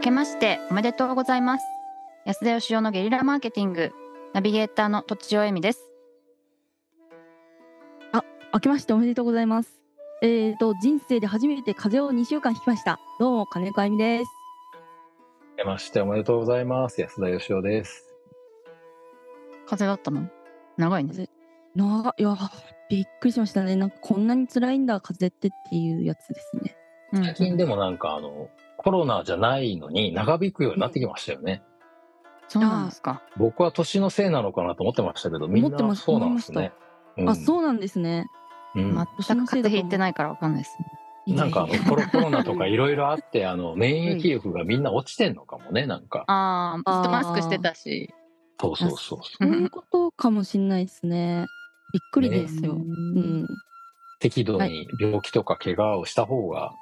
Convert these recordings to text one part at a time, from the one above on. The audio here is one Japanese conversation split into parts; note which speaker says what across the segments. Speaker 1: けましておめでとうございます。安田義雄のゲリラマーケティング、ナビゲーターのとちおえみです。
Speaker 2: 明けましておめでとうございます。えーと人生で初めて風邪を2週間ひきました。どうも金子あゆみです。
Speaker 3: 出ましておめでとうございます。安田義雄です。
Speaker 1: 風邪だったの長いね。
Speaker 2: なあいやーびっくりしましたね。なんかこんなに辛いんだ風邪ってっていうやつですね。
Speaker 1: うん
Speaker 3: 最近でもなんかあの、コロナじゃないのに長引くようになってきましたよね。
Speaker 1: そうなんですか。
Speaker 3: 僕は年のせいなのかなと思ってましたけど、みん
Speaker 2: 思ってま
Speaker 3: な
Speaker 2: し
Speaker 3: そうなんですね。
Speaker 2: あ
Speaker 3: う
Speaker 2: そうなんですね。
Speaker 3: ん、うん
Speaker 1: 全く風邪ひいてないからわかんないです。
Speaker 3: なんかあの、コロコロナとかいろいろあって、あの、免疫力がみんな落ちてんのかもね、なんか。
Speaker 1: ああ、ずっとマスクしてたし。
Speaker 3: そうそうそう。
Speaker 2: そういうことかもしれないですね。びっくりですよ。うん。
Speaker 3: 適度に病気とか怪我をした方が、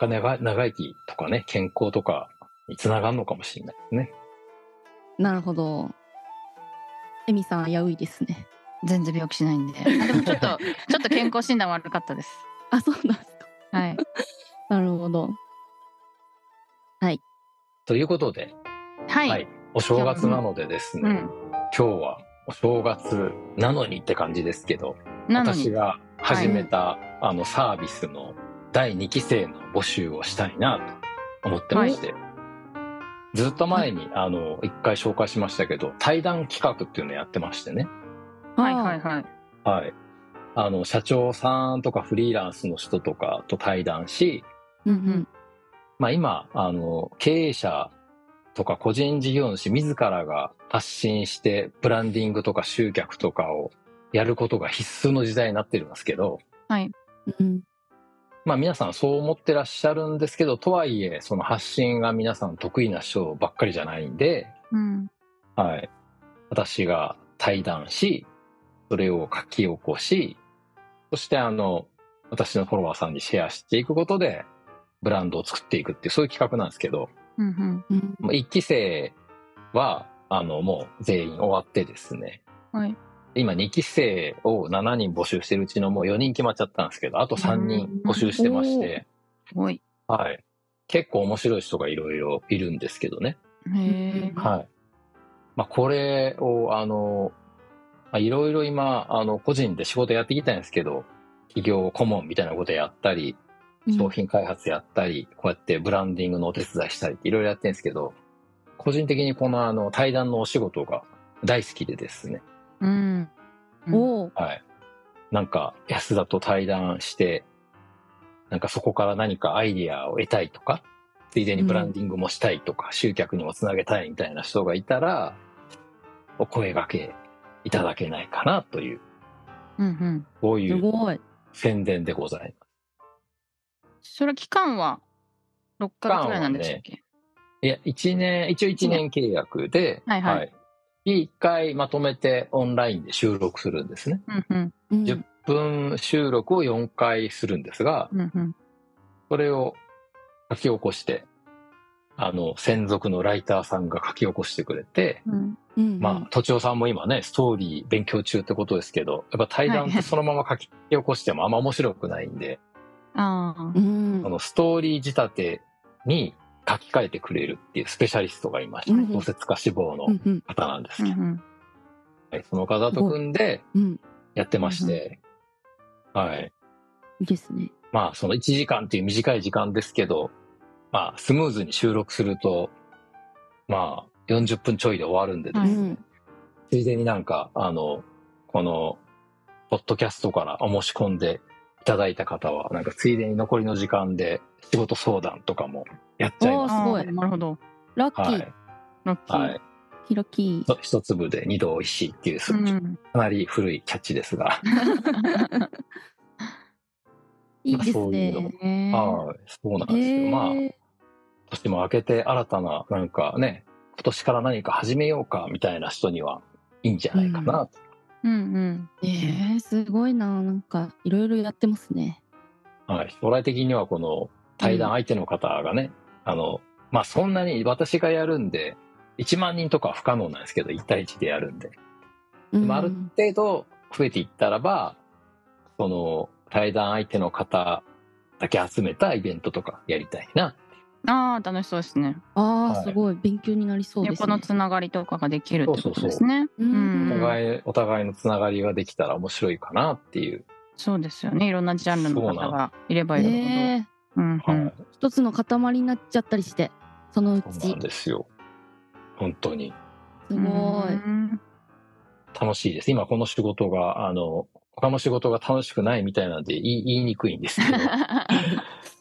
Speaker 3: 長い長生きとかね、健康とかにつながるのかもしれないですね。
Speaker 2: なるほど。えみさん危ういですね。
Speaker 1: 全然病気しないんで。でもちょっと、ちょっと健康診断悪かったです。
Speaker 2: あそうなんですか。
Speaker 1: はい。
Speaker 2: なるほど。
Speaker 3: ということで、
Speaker 1: はい。
Speaker 3: はい、お正月なのでですね、
Speaker 1: うん
Speaker 3: 今日はお正月なのにって感じですけど
Speaker 1: なの
Speaker 3: 私
Speaker 1: に。
Speaker 3: が始めた、あのサービスの第2期生の募集をしたいなと思ってまして、ずっと前に、あの1回紹介しましたけど対談企画っていうのをやってましてね、
Speaker 1: はいはいはい。
Speaker 3: はい、あの社長さんとかフリーランスの人とかと対談し、
Speaker 2: うんうん。
Speaker 3: まあ、今あの経営者とか個人事業主自らが発信してブランディングとか集客とかをやることが必須の時代になってるんですけど、
Speaker 1: はい。
Speaker 2: うん
Speaker 3: まあ、皆さんそう思ってらっしゃるんですけどとはいえその発信が皆さん得意な人ばっかりじゃないんで、
Speaker 1: うん。
Speaker 3: はい、私が対談しそれを書き起こしそしてあの私のフォロワーさんにシェアしていくことでブランドを作っていくっていうそういう企画なんですけど。
Speaker 1: うんうん。
Speaker 2: うん。
Speaker 3: もう1期生は、あの、もう全員終わってですね、
Speaker 1: はい。
Speaker 3: 今2期生を7人募集してるうちのもう4人決まっちゃったんですけど、あと3人募集してまして、
Speaker 1: すごい。
Speaker 3: はい。結構面白い人がいろいろいるんですけどね。
Speaker 1: へえ。
Speaker 3: はい。まあ、これを、あの、まあいろいろ今、あの、個人で仕事やってきたんですけど、企業顧問みたいなことやったり、商品開発やったり、こうやってブランディングのお手伝いしたりっていろいろやってるんですけど、個人的にこのあの対談のお仕事が大好きでですね、
Speaker 1: うん。
Speaker 2: おお。
Speaker 3: はい。なんか安田と対談して、なんかそこから何かアイディアを得たいとか、ついでにブランディングもしたいとか、集客にもつなげたいみたいな人がいたら、お声掛けいただけないかなという、
Speaker 1: うんうん。
Speaker 3: こうい
Speaker 2: す
Speaker 3: う
Speaker 2: ごい。
Speaker 3: 宣伝でございます。
Speaker 1: それ期間は6ヶ月ぐらいなんでしたっけ、
Speaker 3: いや、一年、一応一年契約で、
Speaker 1: はいはい
Speaker 3: 一回まとめてオンラインで収録するんですね。
Speaker 1: うんうん
Speaker 2: うん
Speaker 3: 10分収録を4回するんですが、
Speaker 1: うんうん。
Speaker 3: それを書き起こして、あの、専属のライターさんが書き起こしてくれて、
Speaker 1: うん
Speaker 2: うんうん
Speaker 3: まあ、とちおさんも今ね、ストーリー勉強中ってことですけど、やっぱ対談ってそのまま書き起こしてもあんま面白くないんで、
Speaker 1: ああ
Speaker 2: う。ん
Speaker 3: あの、ストーリー仕立てに書き換えてくれるっていうスペシャリストがいまして、
Speaker 2: うんうん
Speaker 3: 小説家志望の
Speaker 2: うんうん
Speaker 3: 方なんです
Speaker 1: う
Speaker 3: け
Speaker 1: んう
Speaker 3: ど、
Speaker 1: ん
Speaker 3: はいその方と組んで
Speaker 2: うん
Speaker 3: やってまして、はい。
Speaker 2: いいですね。
Speaker 3: まあ、その1時間っていう短い時間ですけど、まあ、スムーズに収録すると、まあ、40分ちょいで終わるんでです
Speaker 1: は
Speaker 2: う
Speaker 1: い
Speaker 3: ね、
Speaker 2: ん
Speaker 3: ついでになんか、あの、この、ポッドキャストからお申し込んでいただいた方は、なんかついでに残りの時間で仕事相談とかもやっちゃい
Speaker 2: あ
Speaker 3: ます
Speaker 2: ごい
Speaker 1: あーなるほど。
Speaker 2: ラッキ
Speaker 3: す。は
Speaker 2: ー
Speaker 3: い。
Speaker 1: ラッキー。
Speaker 3: はい。
Speaker 2: キラキー。
Speaker 3: 一一粒で二度美味しいっていう、
Speaker 1: う
Speaker 3: か
Speaker 1: ん、
Speaker 3: なり古いキャッチですが。
Speaker 2: いいです
Speaker 3: そういうの
Speaker 2: ね。
Speaker 1: ね
Speaker 3: はい、そうなん
Speaker 2: え
Speaker 3: ですよ。まあ、
Speaker 2: ー
Speaker 3: 年も明けて新たな、なんかね、今年から何か始めようかみたいな人にはいいんじゃないかなと。
Speaker 1: うんうん。
Speaker 2: えーすごいな。なんかいろいろやってますね。
Speaker 3: はい、将来的にはこの対談相手の方がね、あの、まあそんなに私がやるんで、1万人とかは不可能なんですけど、1対1でやるんで。
Speaker 2: う
Speaker 3: で
Speaker 2: ん
Speaker 3: もある程度増えていったらば、その対談相手の方だけ集めたイベントとかやりたいな。
Speaker 1: ああ、楽しそうですね。
Speaker 2: あ
Speaker 3: は
Speaker 2: あ、
Speaker 3: い
Speaker 2: すごい勉強になりそうです、ね。
Speaker 1: 横のつながりとかができるってことですね。
Speaker 2: そうそうそ
Speaker 1: う
Speaker 2: う
Speaker 1: ん
Speaker 3: お互い、お互いのつながりができたら面白いかなっていう。
Speaker 1: そうですよね。いろんなジャンルの方がいればいるほど。
Speaker 2: ええ
Speaker 1: うんう
Speaker 3: はい
Speaker 1: ん。
Speaker 2: 一つの塊になっちゃったりして、そのう
Speaker 3: そうな
Speaker 2: ち
Speaker 3: ん。ですよ。本当に。
Speaker 2: すごい。
Speaker 3: 楽しいです。今この仕事が、あの、他の仕事が楽しくないみたいなんで言い言いにくいんです けど、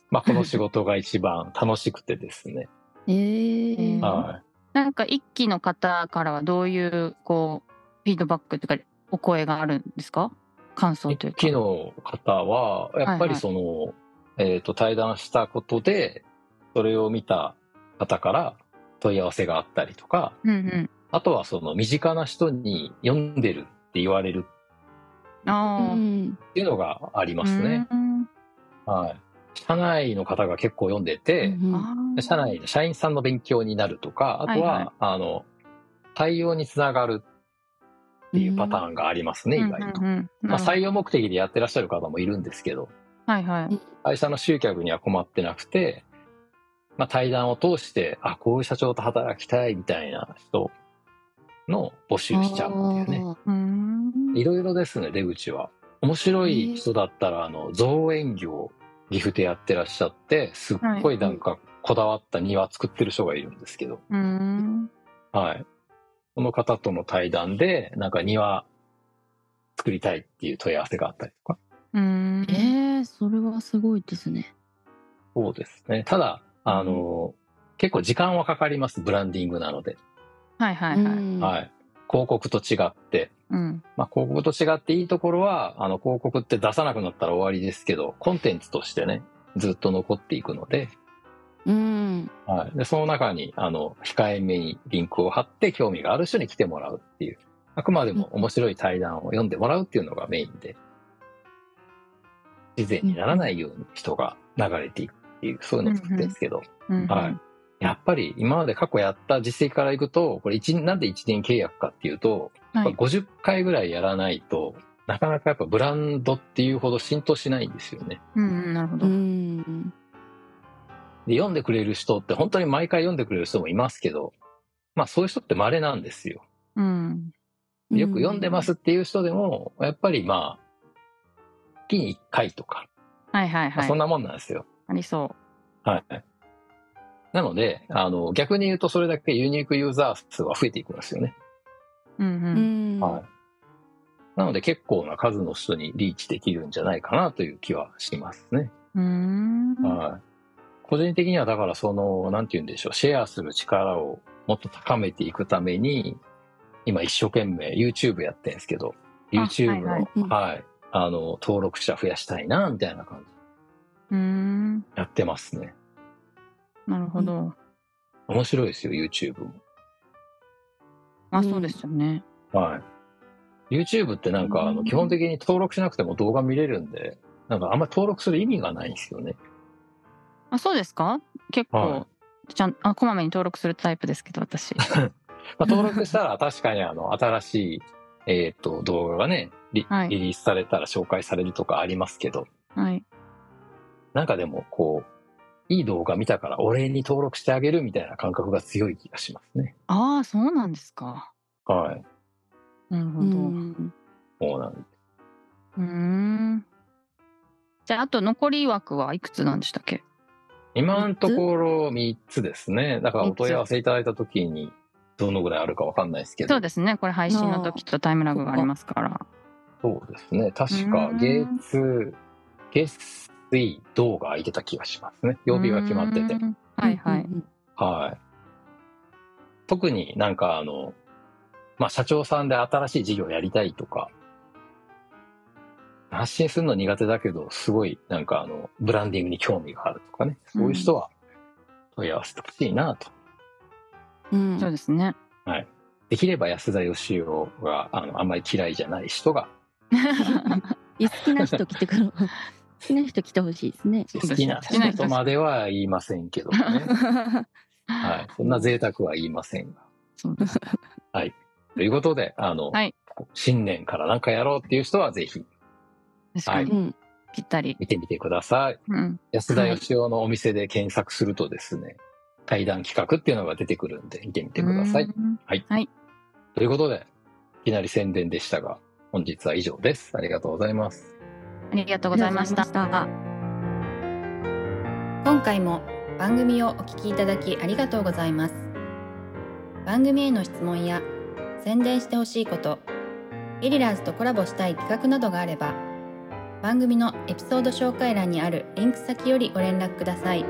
Speaker 3: まあこの仕事が一番 楽しくてですね。
Speaker 2: ええ
Speaker 1: うん
Speaker 3: は
Speaker 1: なんか一期の方からはどういうこうフィードバックというかお声があるんですか感
Speaker 3: い。
Speaker 1: 想という
Speaker 3: 一
Speaker 1: か。
Speaker 3: 期の方は、やっぱりその、えっ、と、対談したことで、それを見た方から問い合わせがあったりとか、
Speaker 1: うんうん。
Speaker 3: あとはその身近な人に読んでるって言われる
Speaker 1: ああ。
Speaker 2: うん
Speaker 3: っていうのがありますね。
Speaker 1: うん
Speaker 3: はい。社内の方が結構読んでて、
Speaker 2: うん
Speaker 1: あー
Speaker 3: 社内の社員さんの勉強になるとか、あとは、
Speaker 1: はいは
Speaker 3: あの、対応につながるっていうパターンがありますね、
Speaker 1: うん
Speaker 3: 意外と。
Speaker 1: うんうん
Speaker 3: ま
Speaker 1: な
Speaker 3: あ、
Speaker 1: る
Speaker 3: 採用目的でやってらっしゃる方もいるんですけど、
Speaker 1: ほどはいはい。
Speaker 3: 会社の集客には困ってなくて、まあ、対談を通して、あ、こういう社長と働きたいみたいな人の募集しちゃうってい
Speaker 2: あ
Speaker 3: うね。
Speaker 2: ー
Speaker 1: うーん。
Speaker 3: いろいろですね、出口は。面白い人だったら、あの、造園業、岐阜でやってらっしゃって、すっごいなんかこだわった庭作ってる人がいるんですけど、
Speaker 1: うーん。
Speaker 3: はい。その方との対談で、なんか庭作りたいっていう問い合わせがあったりとか。
Speaker 1: うーん。
Speaker 2: ええそれはすごいですね。
Speaker 3: そうですね。ただ、あの、結構時間はかかります、ブランディングなので。
Speaker 1: はいはいはい。
Speaker 2: い。
Speaker 3: はい。広告と違って。
Speaker 1: うん。
Speaker 3: まあ、広告と違っていいところは、あの、広告って出さなくなったら終わりですけど、コンテンツとしてね、ずっと残っていくので、
Speaker 2: うん。
Speaker 3: はい。で、その中に、あの、控えめにリンクを貼って、興味がある人に来てもらうっていう、あくまでも面白い対談を読んでもらうっていうのがメインで、自然にならないように人が流れていくっていう、そういうのを作ってるんですけど、
Speaker 1: うん。
Speaker 3: はい。やっぱり今まで過去やった実績からいくと、これ一年、なんで1年契約かっていうと、
Speaker 1: は
Speaker 3: やっ
Speaker 1: い。
Speaker 3: ぱ50回ぐらいやらないと、なかなかやっぱブランドっていうほど浸透しないんですよね。
Speaker 1: うんうん。なるほ
Speaker 2: う
Speaker 1: ど。
Speaker 2: ん。
Speaker 3: で、読んでくれる人って本当に毎回読んでくれる人もいますけど、まあそういう人って稀なんですよ。
Speaker 1: うん。
Speaker 3: よく読んでますっていう人でも、やっぱりまあ、月に1回とか、
Speaker 1: はいはい
Speaker 3: まあ
Speaker 1: はい
Speaker 3: そん。なもんなんですよ。
Speaker 1: ありそ
Speaker 3: はい。なので、あの、逆に言うとそれだけユニークユーザー数は増えていくんですよね。
Speaker 1: う。う
Speaker 2: うんん。
Speaker 3: はい。なので結構な数の人にリーチできるんじゃないかなという気はしますね。
Speaker 1: うん。うーん。
Speaker 3: はい。個人的にはだからその、なんて言うんでしょう、シェアする力をもっと高めていくために、今一生懸命 YouTube やってるんですけど、
Speaker 1: あ
Speaker 3: YouTube の、
Speaker 1: は
Speaker 3: はいい、
Speaker 1: はい
Speaker 2: うん
Speaker 3: あの、登録者増やしたいな、みたいな感じ
Speaker 1: うーん。
Speaker 3: やってますね。
Speaker 1: なるほど。
Speaker 3: 面白いですよ、YouTube も。
Speaker 1: あ、そうですよね。
Speaker 3: はい。YouTube ってなんか、あ
Speaker 2: う
Speaker 3: の、
Speaker 2: ん
Speaker 3: 基本的に登録しなくても動画見れるんで、なんかあんまり登録する意味がないんですよね。
Speaker 1: あ、そうですか結構、
Speaker 3: は
Speaker 1: ちゃんあ、こまめに登録するタイプですけど、 私。
Speaker 3: まあ、登録したら 確かにあの、新しい、えっ、と、動画がねリ、
Speaker 1: はい
Speaker 3: リリースされたら紹介されるとかありますけど、
Speaker 1: はい。
Speaker 3: なんかでも、こう、いい動画見たからお礼に登録してあげるみたいな感覚が強い気がしますね。
Speaker 1: ああ、そうなんですか。
Speaker 3: はい。
Speaker 1: なるほ
Speaker 2: う。
Speaker 1: ど。うん
Speaker 3: そうなんです。
Speaker 1: ーん。じゃあ、あと残り枠はいくつなんでしたっけ
Speaker 3: 今のところ3つですね。だからお問い合わせいただいた時に、どのぐらいあるかわかんないですけど。
Speaker 1: そうですね。これ配信の時とタイムラグがありますから。
Speaker 3: そうですね。確か
Speaker 1: う、ーん
Speaker 3: 月、月、水、動が空いてた気がしますね。曜日が決まってて
Speaker 1: う。ん。はいはい。。
Speaker 3: はい。特になんかあの、まあ、社長さんで新しい事業やりたいとか、発信するの苦手だけど、すごいなんかあの、ブランディングに興味があるとかね、そういう人は問い合わせてほしいなと。
Speaker 2: うん。
Speaker 1: そうです ね。
Speaker 3: できれば安田義雄があのあんまり嫌いじゃない人が、
Speaker 2: 好きな人来て くる。好きな人来てほしいですね。
Speaker 1: うですね
Speaker 3: 好きな
Speaker 1: 好きな
Speaker 3: 人
Speaker 1: 人
Speaker 3: とまでは言いませんけどね。はい。そんな贅沢は言いませんが。
Speaker 1: そうです
Speaker 3: ということで、あの、
Speaker 1: はい
Speaker 3: 新年からなんかやろうっていう人はぜひ、
Speaker 1: 確かに。
Speaker 2: うん。
Speaker 1: ぴったり。
Speaker 3: 見てみてください。
Speaker 1: うん。
Speaker 3: 安田義雄のお店で検索するとですね、対談企画っていうのが出てくるんで、見てみてください。
Speaker 1: うん
Speaker 3: はい。
Speaker 1: はい
Speaker 3: ということで、いきなり宣伝でしたが、本日は以上です。ありがとうございます。
Speaker 1: ありが とうございまし
Speaker 2: ありがとうございました
Speaker 1: た。
Speaker 4: 今回も番組をお聞きいただきありがとうございます番組への質問や宣伝してほしいことゲリラーズとコラボしたい企画などがあれば番組のエピソード紹介欄にあるリンク先よりご連絡ください